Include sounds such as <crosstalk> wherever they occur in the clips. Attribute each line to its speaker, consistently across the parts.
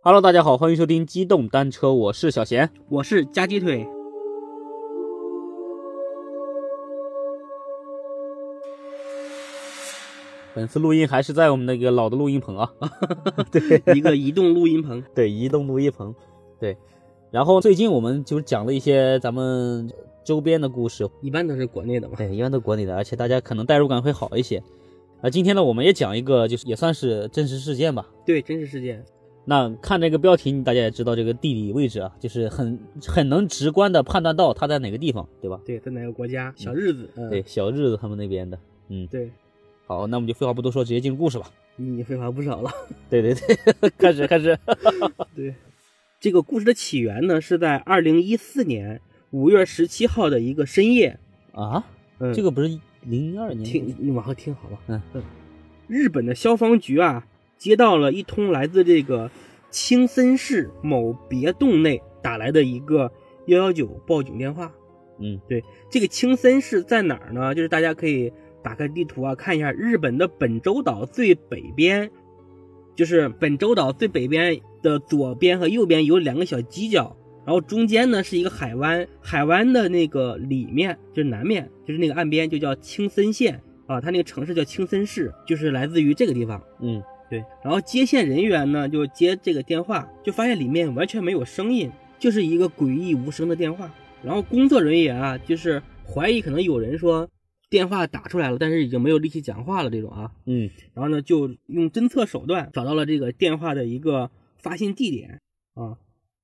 Speaker 1: Hello，大家好，欢迎收听机动单车，我是小贤。
Speaker 2: 我是夹鸡 <laughs> 腿。
Speaker 1: 本次录音还是在我们那个老的录音棚啊，对
Speaker 2: 一个移动录音棚。
Speaker 1: <laughs> 对，移动录音棚，对。然后最近我们就是讲了一些咱们周边的故事，
Speaker 2: 一般都是国内的嘛。
Speaker 1: 对，一般都国内的，而且大家可能代入感会好一些。那今天呢，我们也讲一个，就是也算是真实事件吧。
Speaker 2: 对，真实事件。
Speaker 1: 那看这个标题，大家也知道这个地理位置啊，就是很很能直观的判断到它在哪个地方，对吧？
Speaker 2: 对，在哪个国家？小日子。嗯、
Speaker 1: 对，小日子他们那边的，嗯，
Speaker 2: 对，
Speaker 1: 好，那我们就废话不多说，直接进入故事吧。
Speaker 2: 你废话不少了。
Speaker 1: 对对对， <laughs> 开始开始，
Speaker 2: <laughs> 对，这个故事的起源呢，是在二零一四年五月十七号的一个深夜。
Speaker 1: 啊，
Speaker 2: 嗯，
Speaker 1: 这个不是零一二年
Speaker 2: 听你往后听好吧。
Speaker 1: 嗯
Speaker 2: 嗯，日本的消防局啊，接到了一通来自这个青森市某别洞内打来的一个幺幺九报警电话。
Speaker 1: 嗯
Speaker 2: 对，这个青森市在哪儿呢？就是大家可以打开地图啊，看一下日本的本州岛最北边，就是本州岛最北边的左边和右边有两个小犄角，然后中间呢是一个海湾，海湾的那个里面就是南面，就是那个岸边就叫青森县啊，它那个城市叫青森市，就是来自于这个地方。
Speaker 1: 嗯
Speaker 2: 对，然后接线人员呢就接这个电话，就发现里面完全没有声音，就是一个诡异无声的电话。然后工作人员啊，就是怀疑可能有人说电话打出来了，但是已经没有力气讲话了这种啊。
Speaker 1: 嗯
Speaker 2: 然后呢，就用侦测手段找到了这个电话的一个发信地点啊。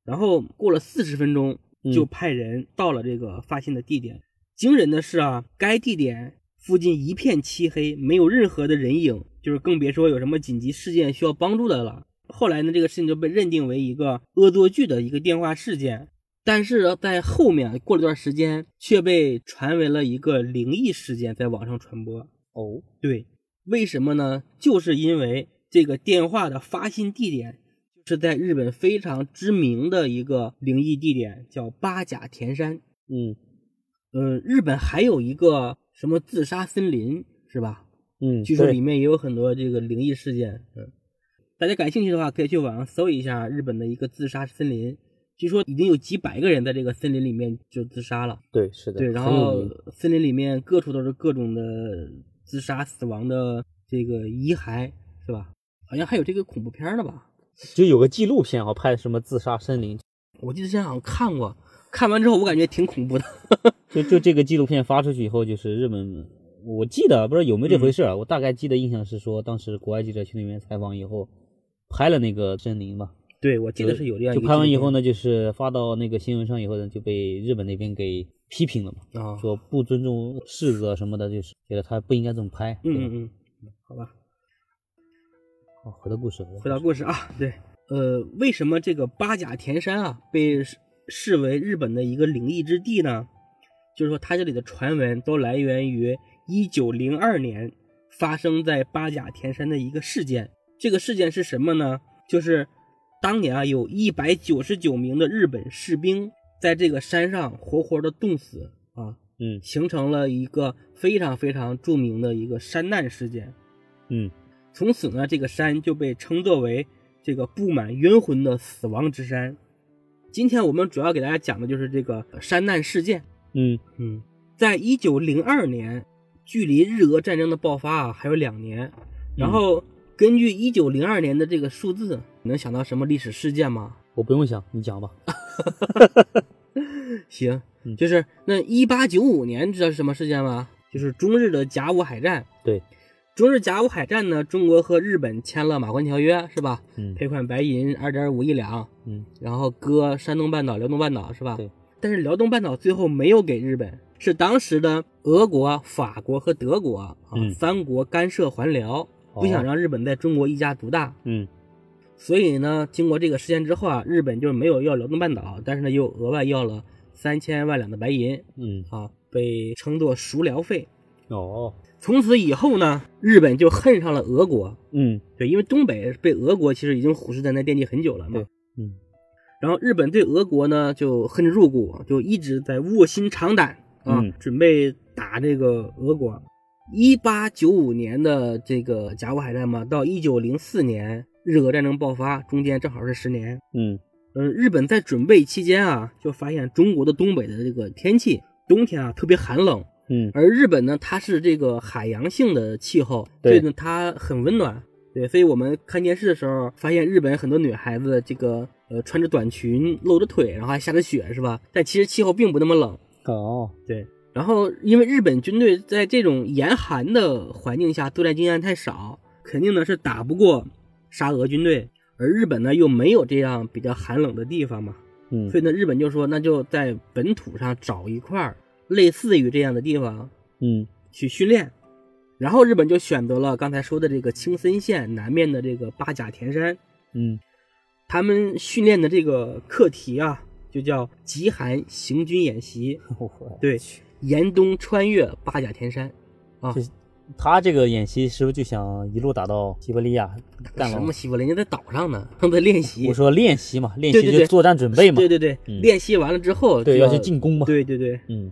Speaker 2: 然后过了四十分钟，
Speaker 1: 嗯
Speaker 2: 就派人到了这个发信的地点。惊人的是啊，该地点附近一片漆黑，没有任何的人影，就是更别说有什么紧急事件需要帮助的了。后来呢，这个事情就被认定为一个恶作剧的一个电话事件。但是在后面过了段时间，却被传为了一个灵异事件，在网上传播。
Speaker 1: 哦
Speaker 2: 对，为什么呢？就是因为这个电话的发信地点是在日本非常知名的一个灵异地点，叫八甲田山。
Speaker 1: 嗯
Speaker 2: 嗯，日本还有一个什么自杀森林是吧？
Speaker 1: 嗯，
Speaker 2: 据说
Speaker 1: 对
Speaker 2: 里面也有很多这个灵异事件。嗯，大家感兴趣的话，可以去网上搜一下日本的一个自杀森林，据说已经有几百个人在这个森林里面就自杀了。
Speaker 1: 对是的，
Speaker 2: 对，然
Speaker 1: 很有
Speaker 2: 后
Speaker 1: 名
Speaker 2: 森林里面各处都是各种的自杀死亡的这个遗骸，是吧？好像还有这个恐怖片儿呢吧？
Speaker 1: 就有个纪录片哈，拍什么自杀森林，
Speaker 2: 我记得之前好像看过，看完之后我感觉挺恐怖的。 <laughs>
Speaker 1: 就就这个纪录片发出去以后，就是日本，我记得不知道有没有这回
Speaker 2: 嗯
Speaker 1: 事儿，我大概记得印象是说，当时国外记者去那边采访以后，拍了那个森林嘛，
Speaker 2: 对，我记得是有这样一
Speaker 1: 就
Speaker 2: 个
Speaker 1: 拍完以后
Speaker 2: 呢，
Speaker 1: 呢，就是发到那个新闻上以后呢，就被日本那边给批评了嘛，
Speaker 2: 啊、
Speaker 1: 说不尊重逝者什么的，就是觉得他不应该这么拍。
Speaker 2: 嗯
Speaker 1: 对吧，
Speaker 2: 嗯嗯，好吧，
Speaker 1: 哦回到故事，
Speaker 2: 回到故事啊，对，呃，为什么这个八甲田山啊被视视为日本的一个灵异之地呢？就是说，它这里的传闻都来源于一九零二年发生在八甲田山的一个事件。这个事件是什么呢？就是当年啊，有一百九十九名的日本士兵在这个山上活活的冻死啊，
Speaker 1: 嗯
Speaker 2: 形成了一个非常非常著名的一个山难事件。
Speaker 1: 嗯
Speaker 2: 从此呢，这个山就被称作为这个布满冤魂的死亡之山。今天我们主要给大家讲的就是这个山难事件。
Speaker 1: 嗯
Speaker 2: 嗯，在一九零二年，距离日俄战争的爆发啊还有两年。然后根据一九零二年的这个数字，你能想到什么历史事件吗？
Speaker 1: 我不用想，你讲吧。
Speaker 2: 行
Speaker 1: 嗯，
Speaker 2: 就是那一八九五年，知道是什么事件吗？就是中日的甲午海战。
Speaker 1: 对，
Speaker 2: 中日甲午海战呢，中国和日本签了马关条约，是吧？
Speaker 1: 嗯
Speaker 2: 赔款白银二点五亿两，
Speaker 1: 嗯
Speaker 2: 然后割山东半岛、辽东半岛是吧？
Speaker 1: 对。
Speaker 2: 但是辽东半岛最后没有给日本，是当时的俄国、法国和德国啊、
Speaker 1: 嗯哦
Speaker 2: 三国干涉还辽，不想让日本在中国一家独大。
Speaker 1: 嗯
Speaker 2: 所以呢，经过这个事件之后啊，日本就是没有要辽东半岛，但是呢又额外要了三千万两的白银
Speaker 1: 嗯
Speaker 2: 啊，被称作赎辽费。
Speaker 1: 哦
Speaker 2: 从此以后呢，日本就恨上了俄国，
Speaker 1: 嗯
Speaker 2: 对，因为东北被俄国其实已经虎视眈眈惦记很久了嘛。
Speaker 1: 对嗯
Speaker 2: 然后日本对俄国呢就恨之入骨，就一直在卧薪尝胆啊，
Speaker 1: 嗯
Speaker 2: 准备打这个俄国。一八九五年的这个甲午海战嘛，到一九零四年，日俄战争爆发，中间正好是十年。
Speaker 1: 嗯
Speaker 2: 呃，日本在准备期间啊，就发现中国的东北的这个天气，冬天啊特别寒冷，
Speaker 1: 嗯
Speaker 2: 而日本呢，它是这个海洋性的气候，所
Speaker 1: 对
Speaker 2: 以呢它很温暖。对，所以我们看电视的时候，发现日本很多女孩子这个呃穿着短裙，露着腿，然后还下着雪，是吧？但其实气候并不那么冷。
Speaker 1: 哦
Speaker 2: 对，然后因为日本军队在这种严寒的环境下作战经验太少，肯定呢是打不过沙俄军队，而日本呢又没有这样比较寒冷的地方嘛，
Speaker 1: 嗯
Speaker 2: 所以呢日本就说那就在本土上找一块儿类似于这样的地方
Speaker 1: 嗯
Speaker 2: 去训练。然后日本就选择了刚才说的这个青森县南面的这个八甲田山， <laughs>
Speaker 1: 嗯
Speaker 2: 他们训练的这个课题啊，就叫极寒行军演习。
Speaker 1: 我
Speaker 2: 对，严冬穿越八甲田山，
Speaker 1: 他这个演习是不是就想一路打到西伯利亚干
Speaker 2: 什
Speaker 1: 了
Speaker 2: 么？媳妇？人家在岛上呢，他们在练习。
Speaker 1: 我说练习嘛，练
Speaker 2: 对
Speaker 1: 习
Speaker 2: 对对
Speaker 1: 就作战准备嘛，
Speaker 2: 对对对，
Speaker 1: 嗯
Speaker 2: 练习完了之后
Speaker 1: 对
Speaker 2: 就
Speaker 1: 要去进攻嘛，
Speaker 2: 对对对，
Speaker 1: 嗯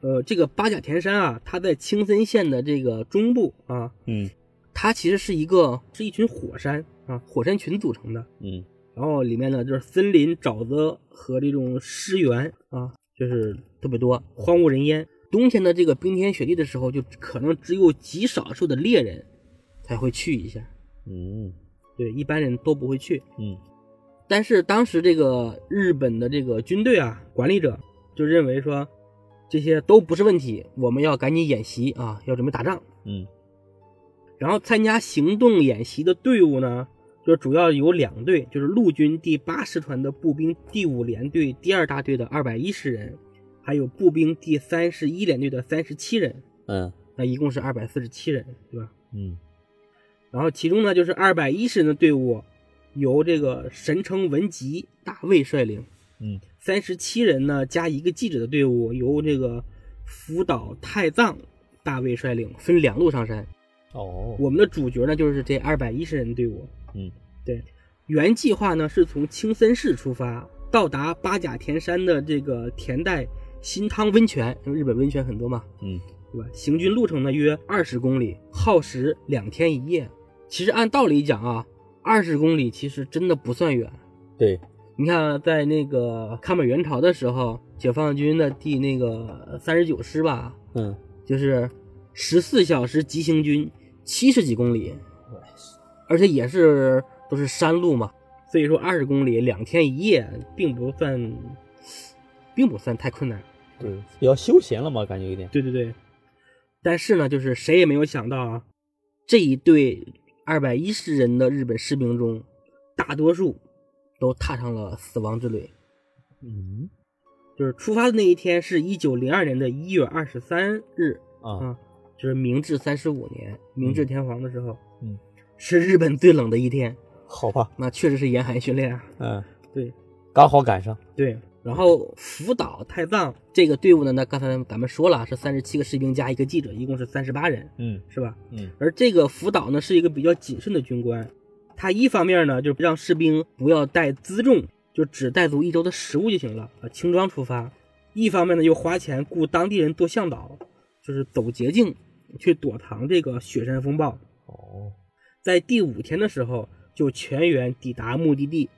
Speaker 2: 呃，这个八甲田山啊，它在青森县的这个中部啊，
Speaker 1: 嗯
Speaker 2: 它其实是一个是一群火山啊，火山群组成的。
Speaker 1: 嗯
Speaker 2: 然后里面呢就是森林、沼泽和这种湿原啊，就是特别多，荒无人烟。冬天的这个冰天雪地的时候，就可能只有极少数的猎人才会去一下，
Speaker 1: 嗯
Speaker 2: 对，一般人都不会去。
Speaker 1: 嗯
Speaker 2: 但是当时这个日本的这个军队啊，管理者就认为说，这些都不是问题，我们要赶紧演习啊，要准备打仗。
Speaker 1: 嗯
Speaker 2: 然后参加行动演习的队伍呢，就主要有两队，就是陆军第八师团的步兵第五联队第二大队的二百一十人，还有步兵第三十一联队的三十七人，
Speaker 1: 嗯
Speaker 2: 那一共是二百四十七人，对吧？
Speaker 1: 嗯
Speaker 2: 然后其中呢，就是二百一十人的队伍由这个神城文吉大尉率领，
Speaker 1: 嗯
Speaker 2: 三十七人呢加一个记者的队伍由这个福岛太藏大尉率领，分两路上山。
Speaker 1: 哦
Speaker 2: 我们的主角呢就是这二百一十人队伍。
Speaker 1: 嗯，
Speaker 2: 对，原计划呢是从青森市出发，到达八甲田山的这个田代新汤温泉，因为日本温泉很多嘛，
Speaker 1: 嗯
Speaker 2: 对吧？行军路程呢约二十公里，耗时两天一夜。其实按道理讲啊，二十公里其实真的不算远。
Speaker 1: 对
Speaker 2: 你看，在那个抗美援朝的时候，解放军的第那个三十九师吧，
Speaker 1: 嗯
Speaker 2: 就是十四小时急行军，七十几公里，
Speaker 1: 我也是
Speaker 2: 而且也是都是山路嘛，所以说二十公里两天一夜并不算，并不算太困难。
Speaker 1: 对也要休闲了嘛，感觉有点
Speaker 2: 对对对，但是呢，就是谁也没有想到啊，这一队二百一十人的日本士兵中，大多数都踏上了死亡之旅。
Speaker 1: 嗯
Speaker 2: 就是出发的那一天是一九零二年的一月二十三日
Speaker 1: 啊
Speaker 2: 啊，就是明治三十五年，明治天皇的时候，
Speaker 1: 嗯，
Speaker 2: 是日本最冷的一天，
Speaker 1: 好吧
Speaker 2: 那确实是严寒训练啊。
Speaker 1: 嗯
Speaker 2: 对，
Speaker 1: 刚好赶上
Speaker 2: 对，然后福岛太藏这个队伍呢，那刚才咱们说了啊是三十七个士兵加一个记者，一共是三十八人，
Speaker 1: 嗯
Speaker 2: 是吧？
Speaker 1: 嗯
Speaker 2: 而这个福岛呢，是一个比较谨慎的军官，他一方面呢，就是让士兵不要带辎重，就只带足一周的食物就行了，啊，轻装出发；一方面呢，又花钱雇当地人做向导，就是走捷径去躲藏这个雪山风暴。
Speaker 1: 哦
Speaker 2: 在第五天的时候，就全员抵达目的地。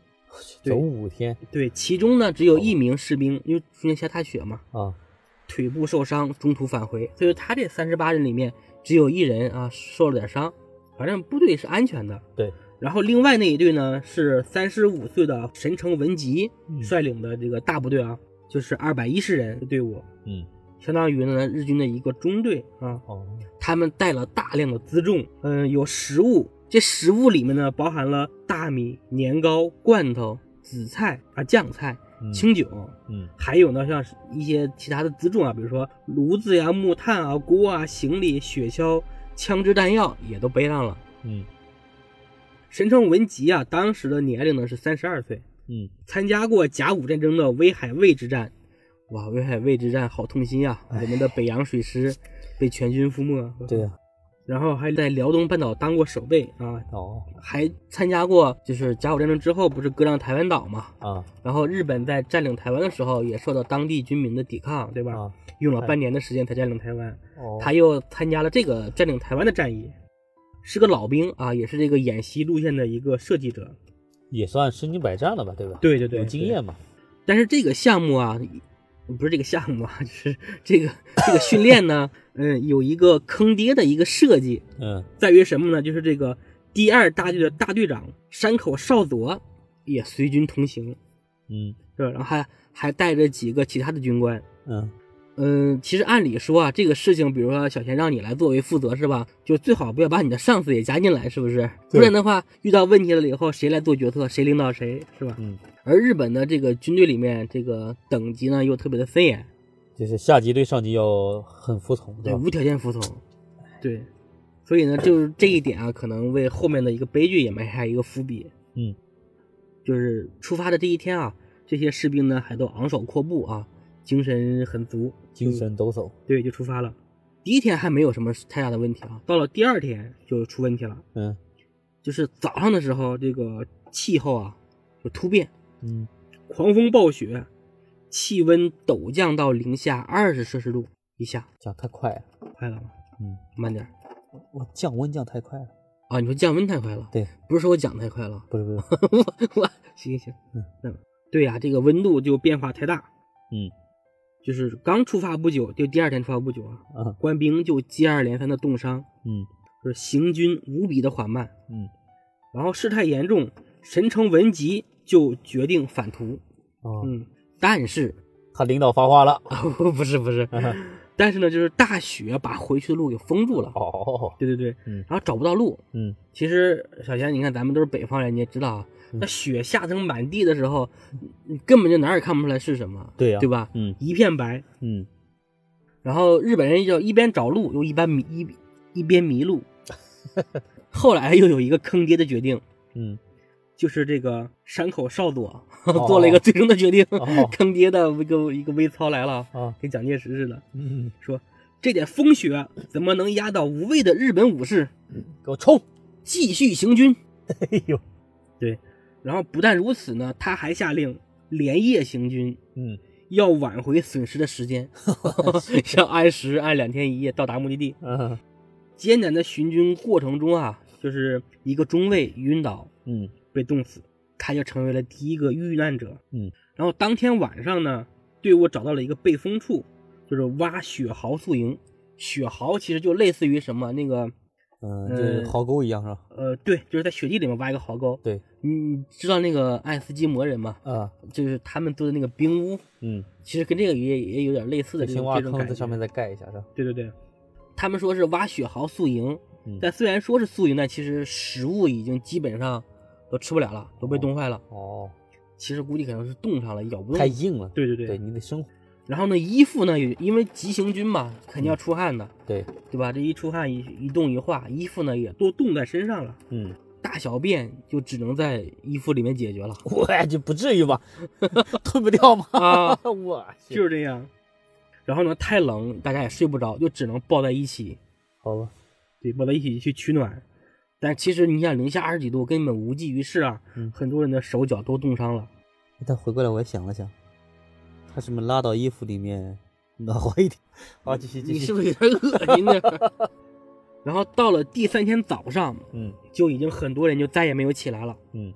Speaker 2: 对
Speaker 1: 走五天
Speaker 2: 对，其中呢只有一名士兵，因为中间下大雪嘛，
Speaker 1: 啊
Speaker 2: 腿部受伤，中途返回。所以他这三十八人里面只有一人啊受了点伤，反正部队是安全的。
Speaker 1: 对
Speaker 2: 然后另外那一队呢是三十五岁的神城文吉
Speaker 1: 嗯
Speaker 2: 率领的这个大部队啊，就是二百一十人的队伍，
Speaker 1: 嗯
Speaker 2: 相当于呢日军的一个中队啊。
Speaker 1: 哦
Speaker 2: 他们带了大量的辎重，嗯，有食物，这食物里面呢包含了大米、年糕、罐头、紫菜啊、酱菜、
Speaker 1: 嗯
Speaker 2: 清酒。
Speaker 1: 嗯
Speaker 2: 还有呢，像是一些其他的辎重啊，比如说炉子呀、木炭啊、锅啊、行李、雪橇、枪支弹药也都背上了。
Speaker 1: 嗯
Speaker 2: 神城文吉啊，当时的年龄呢是三十二岁，
Speaker 1: 嗯
Speaker 2: 参加过甲午战争的威海卫之战。哇，威海卫之战好痛心呀、我们的北洋水师被全军覆没。
Speaker 1: 对啊呀
Speaker 2: 然后还在辽东半岛当过守备啊，
Speaker 1: 哦
Speaker 2: 还参加过就是甲午战争之后不是割让台湾岛嘛，
Speaker 1: 啊
Speaker 2: 然后日本在占领台湾的时候也受到当地军民的抵抗，对吧？
Speaker 1: 啊
Speaker 2: 用了半年的时间才占领台湾。
Speaker 1: 哦
Speaker 2: 他又参加了这个占领台湾的战役。是个老兵啊，也是这个演习路线的一个设计者。
Speaker 1: 也算身经百战了吧，对吧？
Speaker 2: 对对对
Speaker 1: 有经验嘛。
Speaker 2: 但是这个项目啊，不是这个项目啊， <laughs> 就是这个这个训练呢，嗯，有一个坑爹的一个设计，
Speaker 1: 嗯，
Speaker 2: 在于什么呢？就是这个第二大队的大队长山口少佐也随军同行，
Speaker 1: 嗯
Speaker 2: 是吧？然后还还带着几个其他的军官。
Speaker 1: 嗯
Speaker 2: 嗯，其实按理说啊，这个事情，比如说小贤让你来作为负责是吧？就最好不要把你的上司也加进来，是不是？
Speaker 1: 对
Speaker 2: 不然的话，遇到问题了以后，谁来做决策，谁领导谁，是吧？
Speaker 1: 嗯，
Speaker 2: 而日本的这个军队里面，这个等级呢又特别的森严，
Speaker 1: 就是下级对上级要很服从，
Speaker 2: 对，
Speaker 1: 吧？哎
Speaker 2: 无条件服从，对，所以呢，就是这一点啊，可能为后面的一个悲剧也埋下一个伏笔。
Speaker 1: 嗯，
Speaker 2: 就是出发的这一天啊，这些士兵呢还都昂首阔步啊，精神很足，
Speaker 1: 精神抖擞。
Speaker 2: 对，就出发了。第一天还没有什么太大的问题啊，到了第二天就出问题了，
Speaker 1: 嗯
Speaker 2: 就是早上的时候，这个气候啊就突变，
Speaker 1: 嗯，
Speaker 2: 狂风暴雪，气温陡降到零下二十摄氏度以下，
Speaker 1: 降太快了。
Speaker 2: 快了吗？
Speaker 1: 嗯，
Speaker 2: 慢点儿
Speaker 1: 我降温降太快了。
Speaker 2: 啊！你说降温太快了，
Speaker 1: 对，
Speaker 2: 不是说我讲太快了， <laughs>
Speaker 1: 不是不是，
Speaker 2: 我我行行，
Speaker 1: 嗯
Speaker 2: 嗯，对呀、这个温度就变化太大，
Speaker 1: 嗯
Speaker 2: 就是刚出发不久，就第二天出发不久啊，
Speaker 1: 啊
Speaker 2: 官兵就接二连三的冻伤，
Speaker 1: 嗯
Speaker 2: 就是行军无比的缓慢，
Speaker 1: 嗯
Speaker 2: 然后事态严重，神城文吉就决定反屠，
Speaker 1: 哦，
Speaker 2: 嗯，但是 <laughs>
Speaker 1: 他领导发话了。
Speaker 2: 啊，不是不是，但是呢，就是大雪把回去的路给封住了，
Speaker 1: 哦，
Speaker 2: 对对对，
Speaker 1: 嗯
Speaker 2: 然后找不到路，
Speaker 1: 嗯，
Speaker 2: 其实小贤，你看咱们都是北方人，你也知道啊，
Speaker 1: 嗯
Speaker 2: 那雪下成满地的时候，你根本就哪儿也看不出来是什么，
Speaker 1: 对呀
Speaker 2: 对吧？
Speaker 1: 嗯
Speaker 2: 一片白。
Speaker 1: 嗯，
Speaker 2: 然后日本人就一边找路，又一边迷一一边
Speaker 1: <laughs>
Speaker 2: 迷路。后来又有一个坑爹的决定，
Speaker 1: 嗯，
Speaker 2: 就是这个山口少佐
Speaker 1: 哦
Speaker 2: <laughs> 做了一个最终的决定，
Speaker 1: 哦
Speaker 2: 坑爹的一个一个微操来了，
Speaker 1: 啊，
Speaker 2: 跟蒋介石似的，
Speaker 1: 嗯，
Speaker 2: 说这点风雪怎么能压倒无畏的日本武士？
Speaker 1: 嗯给我冲！ <laughs>
Speaker 2: 继续行军。
Speaker 1: 哎呦，
Speaker 2: 然后不但如此呢，他还下令连夜行军，
Speaker 1: 嗯
Speaker 2: 要挽回损失的时间，要按时按两天一夜到达目的地。
Speaker 1: 啊
Speaker 2: 艰难的行军过程中啊，就是一个中尉晕倒
Speaker 1: 嗯
Speaker 2: 被冻死，他就成为了第一个遇难者。
Speaker 1: 嗯，
Speaker 2: 然后当天晚上呢，队伍找到了一个避风处，就是挖雪壕宿营。雪壕其实就类似于什么那个
Speaker 1: 嗯，就是壕沟一样是吧？
Speaker 2: 呃，对，就是在雪地里面挖一个壕沟。
Speaker 1: 对，
Speaker 2: 你知道那个爱斯基摩人吗？
Speaker 1: 啊，
Speaker 2: 就是他们做的那个冰屋，
Speaker 1: 嗯，
Speaker 2: 其实跟这个也也有点类似的这
Speaker 1: 先
Speaker 2: 种
Speaker 1: 挖
Speaker 2: 这种
Speaker 1: 坑
Speaker 2: 感
Speaker 1: 在
Speaker 2: 觉。
Speaker 1: 上面再盖一下是吧？
Speaker 2: 对对对，他们说是挖雪壕宿营，
Speaker 1: 嗯
Speaker 2: 但虽然说是宿营，但其实食物已经基本上都吃不了了，都被冻坏了。
Speaker 1: 哦，
Speaker 2: 其实估计可能是冻上了，咬不动。
Speaker 1: 太硬了。
Speaker 2: 对对对
Speaker 1: 对你得生活。
Speaker 2: 然后呢，衣服呢，也因为急行军嘛，
Speaker 1: 嗯
Speaker 2: 肯定要出汗的，
Speaker 1: 对，
Speaker 2: 对吧？这一出汗一一冻一化，衣服呢也都冻在身上了，
Speaker 1: 嗯，
Speaker 2: 大小便就只能在衣服里面解决
Speaker 1: <laughs>
Speaker 2: 了。
Speaker 1: 我就不至于
Speaker 2: <laughs>
Speaker 1: 吧？吞不掉吗？
Speaker 2: 啊
Speaker 1: 我去
Speaker 2: 就是这样。然后呢，太冷，大家也睡不着，就只能抱在一起。
Speaker 1: 好吧，
Speaker 2: 对，抱在一起去取暖。但其实你想，零下二十几度根本无济于事啊，
Speaker 1: 嗯
Speaker 2: 很多人的手脚都冻伤了。
Speaker 1: 哎但回过来我也想了想，他什么拉到衣服里面暖和一点啊？继续
Speaker 2: 你
Speaker 1: 继
Speaker 2: 是
Speaker 1: 续，
Speaker 2: 不是有点恶心呢？ <laughs> 然后到了第三天早上，
Speaker 1: 嗯
Speaker 2: 就已经很多人就再也没有起来了。
Speaker 1: 嗯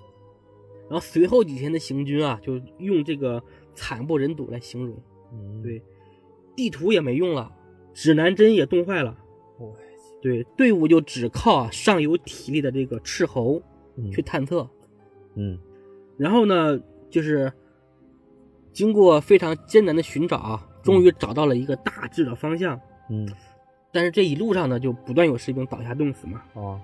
Speaker 2: 然后随后几天的行军啊，就用这个惨不忍睹来形容。
Speaker 1: 嗯，
Speaker 2: 对，地图也没用了，指南针也冻坏了。
Speaker 1: 我
Speaker 2: 对，队伍就只靠啊上游体力的这个斥候
Speaker 1: 嗯
Speaker 2: 去探测。
Speaker 1: 嗯
Speaker 2: 然后呢，就是经过非常艰难的寻找啊，终于找到了一个大致的方向。
Speaker 1: 嗯
Speaker 2: 但是这一路上呢，就不断有士兵倒下冻死嘛，
Speaker 1: 哦，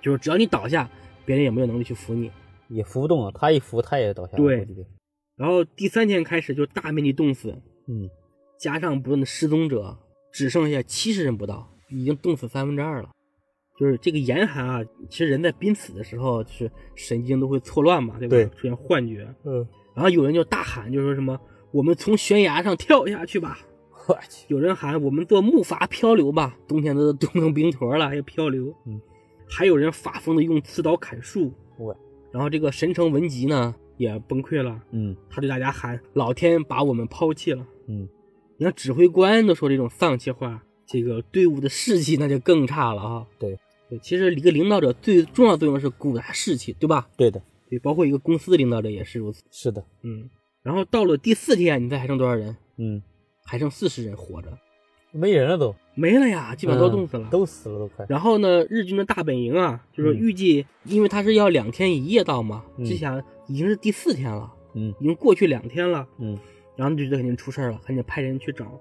Speaker 2: 就是只要你倒下，别人也没有能力去扶你。
Speaker 1: 也扶不动了，他一扶他也倒下了，
Speaker 2: 对
Speaker 1: 估计得
Speaker 2: 然后第三天开始就大面积冻死，
Speaker 1: 嗯
Speaker 2: 加上不断的失踪者，只剩下七十人不到，已经冻死三分之二了。就是这个严寒啊，其实人在濒死的时候，就是神经都会错乱嘛，对吧？
Speaker 1: 对
Speaker 2: 出现幻觉。
Speaker 1: 嗯，
Speaker 2: 然后有人就大喊，就说什么“我们从悬崖上跳下去吧”，
Speaker 1: <laughs> 我去，
Speaker 2: 有人喊我们做木筏漂流吧，冬天都冻成冰坨了，还有漂流。
Speaker 1: 嗯，
Speaker 2: 还有人发疯的用刺刀砍树。
Speaker 1: 喂，
Speaker 2: 然后这个神城文吉呢也崩溃了，
Speaker 1: 嗯
Speaker 2: 他对大家喊：“老天把我们抛弃了！”
Speaker 1: 嗯
Speaker 2: 你看指挥官都说这种丧气话，这个队伍的士气那就更差了啊。
Speaker 1: 对，
Speaker 2: 对，其实一个领导者最重要的作用是鼓舞大家士气，对吧？
Speaker 1: 对的，
Speaker 2: 对，包括一个公司的领导者也是如此。
Speaker 1: 是的，
Speaker 2: 嗯，然后到了第四天，你猜还剩多少人？
Speaker 1: 嗯，
Speaker 2: 还剩四十人活着，
Speaker 1: 没人了都，
Speaker 2: 没了呀，基本上都冻死了。
Speaker 1: 嗯都死了都快。
Speaker 2: 然后呢，日军的大本营啊，就是
Speaker 1: 嗯
Speaker 2: 预计，因为他是要两天一夜到嘛，
Speaker 1: 嗯
Speaker 2: 这下已经是第四天了，
Speaker 1: 嗯
Speaker 2: 已经过去两天了，
Speaker 1: 嗯，
Speaker 2: 然后就觉得肯定出事儿了，赶紧派人去找，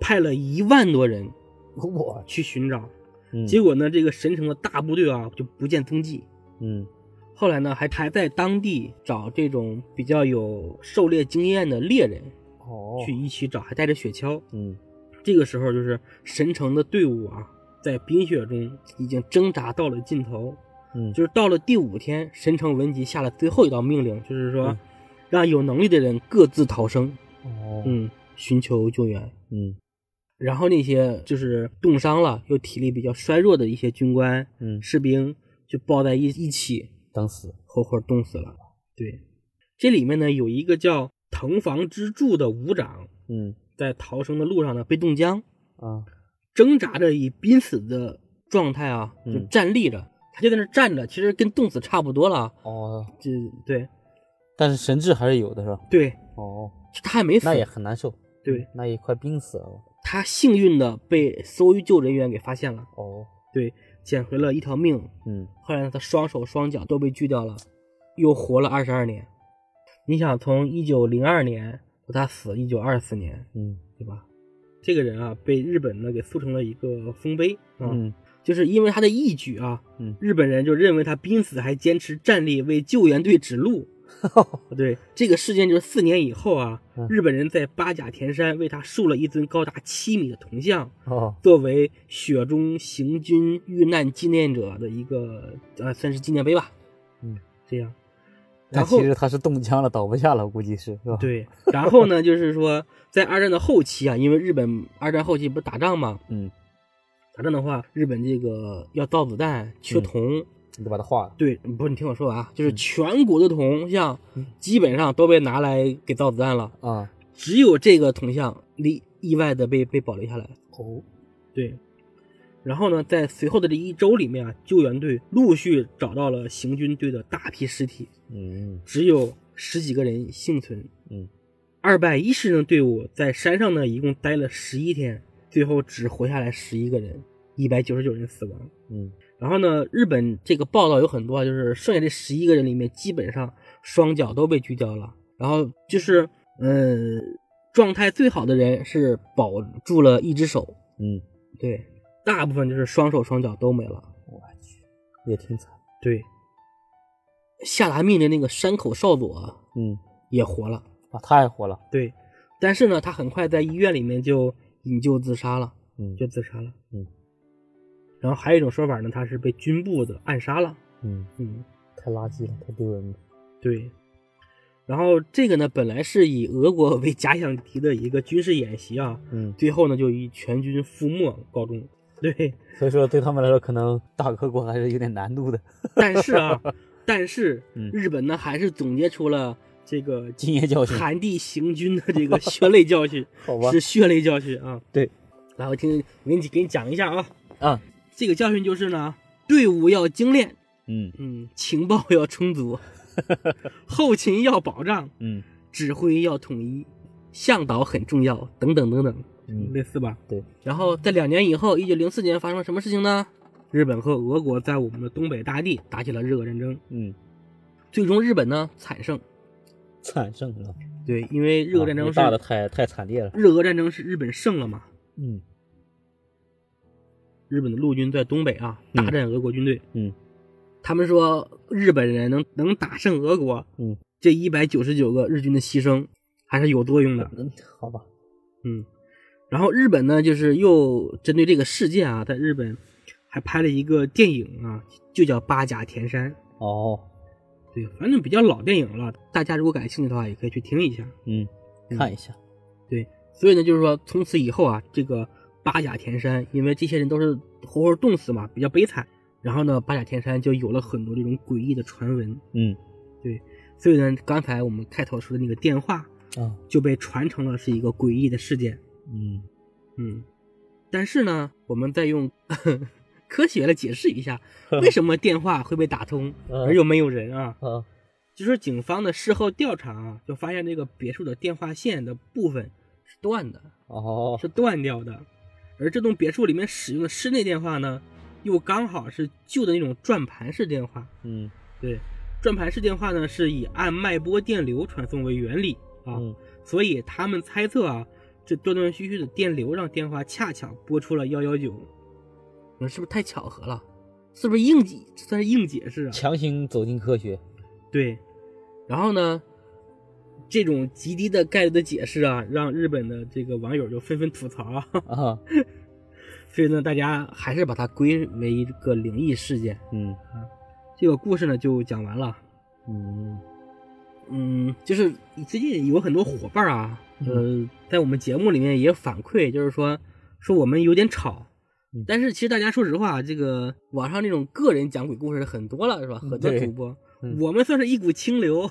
Speaker 2: 派了一万多人
Speaker 1: 我
Speaker 2: 去寻找，
Speaker 1: 嗯
Speaker 2: 结果呢，这个神城的大部队啊就不见踪迹。
Speaker 1: 嗯
Speaker 2: 后来呢，还还在当地找这种比较有狩猎经验的猎人
Speaker 1: 哦
Speaker 2: 去一起找，还带着雪橇。
Speaker 1: 嗯
Speaker 2: 这个时候，就是神城的队伍啊，在冰雪中已经挣扎到了尽头。
Speaker 1: 嗯
Speaker 2: 就是到了第五天，神城文集下了最后一道命令，就是说，
Speaker 1: 嗯
Speaker 2: 让有能力的人各自逃生，
Speaker 1: 哦
Speaker 2: 嗯，寻求救援。
Speaker 1: 嗯
Speaker 2: 然后那些就是冻伤了又体力比较衰弱的一些军官、
Speaker 1: 嗯
Speaker 2: 士兵就抱在一一起，
Speaker 1: 等死
Speaker 2: 活活冻死了。对，这里面呢有一个叫藤房之助的武长，
Speaker 1: 嗯
Speaker 2: 在逃生的路上呢被冻僵，
Speaker 1: 啊
Speaker 2: 挣扎着以濒死的状态啊，就
Speaker 1: 嗯
Speaker 2: 站立着，他就在那儿站着，其实跟冻死差不多了啊。
Speaker 1: 哦，
Speaker 2: 这对
Speaker 1: 但是神智还是有的是吧？
Speaker 2: 对，
Speaker 1: 哦，
Speaker 2: 他还没死
Speaker 1: 那，也很难受，
Speaker 2: 对
Speaker 1: 那也快冰死了哦
Speaker 2: 他幸运的被搜救人员给发现了，
Speaker 1: 哦，
Speaker 2: 对，捡回了一条命。
Speaker 1: 嗯
Speaker 2: 后来呢，他双手双脚都被锯掉了，又活了二十二年。你想，从一九零二年到他死一九二四年，
Speaker 1: 嗯
Speaker 2: 对吧？这个人啊，被日本呢给塑成了一个丰碑啊，
Speaker 1: 嗯
Speaker 2: 就是因为他的义举啊，
Speaker 1: 嗯
Speaker 2: 日本人就认为他濒死还坚持站立为救援队指
Speaker 1: <laughs>
Speaker 2: 路。对，这个事件就是四年以后啊，
Speaker 1: 嗯
Speaker 2: 日本人在八甲田山为他竖了一尊高达七米的铜像，
Speaker 1: 哦
Speaker 2: 作为雪中行军遇难纪念者的一个呃，算是纪念碑吧。
Speaker 1: 嗯，
Speaker 2: 这
Speaker 1: <laughs>
Speaker 2: 样。
Speaker 1: 但
Speaker 2: 然后
Speaker 1: 其实他是冻僵了，倒不下了，估计是是吧？，
Speaker 2: 对，然后呢，就是说在二战的后期啊，因为日本二战后期不是打仗嘛，
Speaker 1: 嗯，
Speaker 2: 打仗的话，日本这个要造子弹，缺
Speaker 1: 嗯
Speaker 2: 铜。
Speaker 1: 你就把它化了。
Speaker 2: 对，不是你听我说完啊，就是
Speaker 1: 嗯
Speaker 2: 全国的铜像
Speaker 1: 嗯
Speaker 2: 基本上都被拿来给造子弹了，
Speaker 1: 啊
Speaker 2: 只有这个铜像例意外的被被保留下来。
Speaker 1: 哦
Speaker 2: 对，然后呢，在随后的这一周里面啊，救援队陆续找到了行军队的大批尸体，
Speaker 1: 嗯
Speaker 2: 只有十几个人幸存。
Speaker 1: 嗯，
Speaker 2: 二百一十人的队伍在山上呢，一共待了十一天，最后只活下来十一个人，一百九十九人死亡。
Speaker 1: 嗯
Speaker 2: 然后呢，日本这个报道有很多，啊，就是剩下这十一个人里面，基本上双脚都被锯掉了。然后就是，嗯，状态最好的人是保住了一只手，
Speaker 1: 嗯，
Speaker 2: 对，大部分就是双手双脚都没了。
Speaker 1: 我去，也挺惨。
Speaker 2: 对，下达命令那个山口少佐啊
Speaker 1: 嗯
Speaker 2: 也活了，
Speaker 1: 啊，他还活了。
Speaker 2: 对，但是呢，他很快在医院里面就引咎自杀了，
Speaker 1: 嗯
Speaker 2: 就自杀了。
Speaker 1: 嗯，
Speaker 2: 然后还有一种说法呢，他是被军部的暗杀了。
Speaker 1: 嗯，
Speaker 2: 嗯。
Speaker 1: 太垃圾了，太丢人了。
Speaker 2: 对，然后这个呢，本来是以俄国为假想敌的一个军事演习啊，
Speaker 1: 嗯，
Speaker 2: 最后呢就以全军覆没告终。对，
Speaker 1: 所以说对他们来说，可能大俄国还是有点难度的。
Speaker 2: 但是啊，但是
Speaker 1: <laughs> 嗯
Speaker 2: 日本呢还是总结出了这个
Speaker 1: 经验教训，
Speaker 2: 寒地行军的这个血泪教训，
Speaker 1: <laughs> 好吧
Speaker 2: 是？血泪教训啊。
Speaker 1: 对，
Speaker 2: 然后听我给你给你讲一下啊，
Speaker 1: 啊，
Speaker 2: <laughs> 这个教训就是呢，队伍要精炼，
Speaker 1: 嗯
Speaker 2: 嗯，情报要充
Speaker 1: <laughs>
Speaker 2: 足，后勤要保障，
Speaker 1: 嗯
Speaker 2: 指挥要统一，向导很重要，等等等等，
Speaker 1: 嗯，
Speaker 2: 类似吧？
Speaker 1: 对。
Speaker 2: 然后在两年以后，一九零四年发生了什么事情呢？日本和俄国在我们的东北大地打起了日俄战争，
Speaker 1: 嗯，
Speaker 2: 最终日本呢惨胜。
Speaker 1: 惨胜了。
Speaker 2: 对，因为日俄战
Speaker 1: 啊
Speaker 2: 争
Speaker 1: 你
Speaker 2: 是、
Speaker 1: 打的太太惨烈了。
Speaker 2: 日俄战争是日本胜了嘛？
Speaker 1: 嗯
Speaker 2: 日本的陆军在东北啊
Speaker 1: 嗯
Speaker 2: 大战俄国军队，
Speaker 1: 嗯
Speaker 2: 他们说日本人能能打胜俄国，
Speaker 1: 嗯，
Speaker 2: 这一百九十九个日军的牺牲还是有作用的。
Speaker 1: 嗯，好吧。
Speaker 2: 嗯，然后日本呢，就是又针对这个事件啊，在日本还拍了一个电影啊，就叫《八甲田山》。
Speaker 1: 哦，
Speaker 2: 对，反正比较老电影了，大家如果感兴趣的话，也可以去听一下。
Speaker 1: 嗯，
Speaker 2: 嗯
Speaker 1: 看一下。
Speaker 2: 对，所以呢，就是说从此以后啊，这个八甲田山，因为这些人都是活活冻死嘛，比较悲惨。然后呢，八甲田山就有了很多这种诡异的传闻。
Speaker 1: 嗯
Speaker 2: 所以呢，刚才我们开头说的那个电话
Speaker 1: 啊
Speaker 2: 就被传成了是一个诡异的事件。
Speaker 1: 嗯
Speaker 2: 嗯，但是呢，我们再用 <laughs> 科学的解释一下，为什么电话会被打通，
Speaker 1: 嗯
Speaker 2: 而又没有人啊？
Speaker 1: 啊，
Speaker 2: 就说警方的事后调查啊，就发现这个别墅的电话线的部分是断的，
Speaker 1: 哦，
Speaker 2: 是断掉的，而这栋别墅里面使用的室内电话呢，又刚好是旧的那种转盘式电话。
Speaker 1: 嗯
Speaker 2: 对，转盘式电话呢是以按脉波电流传送为原理啊，
Speaker 1: 嗯，
Speaker 2: 所以他们猜测啊，这断断续续的电流让电话恰巧拨出了幺幺九，那是不是太巧合了？是不是硬解？这算是硬解释啊？
Speaker 1: 强行走进科学，
Speaker 2: 对，然后呢，这种极低的概率的解释啊，让日本的这个网友就纷纷吐槽啊， <laughs>
Speaker 1: 啊，
Speaker 2: 所以呢，大家还是把它归为一个灵异事件。
Speaker 1: 嗯
Speaker 2: 这个故事呢就讲完了。
Speaker 1: 嗯
Speaker 2: 嗯，就是最近有很多伙伴啊，
Speaker 1: 嗯
Speaker 2: 呃，在我们节目里面也反馈，就是说说我们有点吵
Speaker 1: 嗯。
Speaker 2: 但是其实大家说实话，这个网上那种个人讲鬼故事的很多了，是吧？
Speaker 1: 嗯
Speaker 2: 很多
Speaker 1: 对
Speaker 2: 主播，
Speaker 1: 嗯
Speaker 2: 我们算是一股
Speaker 1: <laughs>
Speaker 2: 清流，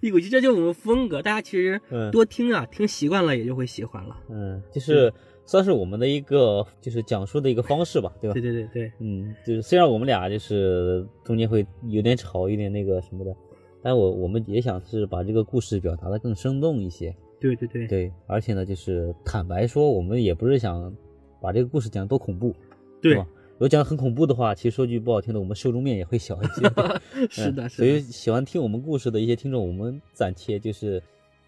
Speaker 2: 一股清，这就是我们风格。大家其实
Speaker 1: 嗯
Speaker 2: 多听啊，听习惯了也就会喜欢了。
Speaker 1: 嗯，就是算是我们的一个就是讲述的一个方式吧，对吧
Speaker 2: 对？对对对，
Speaker 1: 嗯，就是虽然我们俩就是中间会有点吵，有点那个什么的，但我我们也想是把这个故事表达的更生动一些。
Speaker 2: 对对对，
Speaker 1: 对，而且呢，就是坦白说，我们也不是想把这个故事讲得多恐怖，
Speaker 2: 对
Speaker 1: 吧？如果讲得很恐怖的话，其实说句不好听的，我们受众面也会小一
Speaker 2: <laughs>
Speaker 1: 些。
Speaker 2: <laughs> 是的，
Speaker 1: 嗯
Speaker 2: 是
Speaker 1: 所以
Speaker 2: 的，
Speaker 1: 喜欢听我们故事的一些听众，我们暂且就是。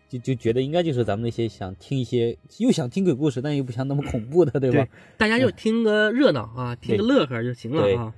Speaker 1: 就就觉得应该就是咱们那些想听一些又想听鬼故事，但又不想那么恐怖的，对吧？
Speaker 2: 大家
Speaker 1: 嗯
Speaker 2: 就听个热闹啊，听个乐呵就行了啊。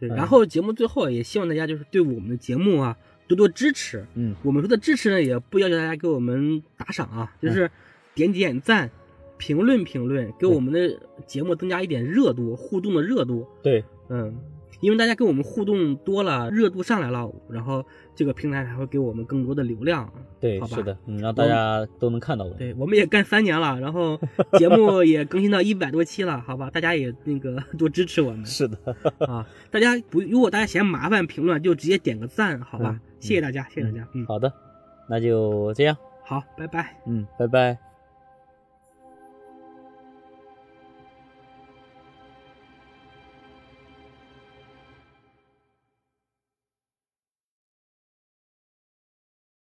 Speaker 2: 对，
Speaker 1: 嗯
Speaker 2: 然后节目最后也希望大家就是对我们的节目啊多多支持。
Speaker 1: 嗯，
Speaker 2: 我们说的支持呢，也不要求大家给我们打赏啊，
Speaker 1: 嗯
Speaker 2: 就是点点赞、评论评论，给我们的节目增加一点热度、互动的热度。
Speaker 1: 对，
Speaker 2: 嗯，因为大家跟我们互动多了，热度上来了，然后这个平台还会给我们更多的流量。
Speaker 1: 对，
Speaker 2: 好吧
Speaker 1: 是的，嗯，让大家都能看到我们。
Speaker 2: 对，我们也干三年了，然后节目也更新到一百多期了，好吧，大家也那个多支持我
Speaker 1: <laughs>
Speaker 2: 们
Speaker 1: 是的，
Speaker 2: <laughs> 啊！大家不，如果大家嫌麻烦，评论就直接点个赞，好吧？
Speaker 1: 嗯
Speaker 2: 谢谢大家，谢谢大家，嗯，
Speaker 1: 好的，那就这样，
Speaker 2: 好，拜拜。
Speaker 1: 嗯，拜拜。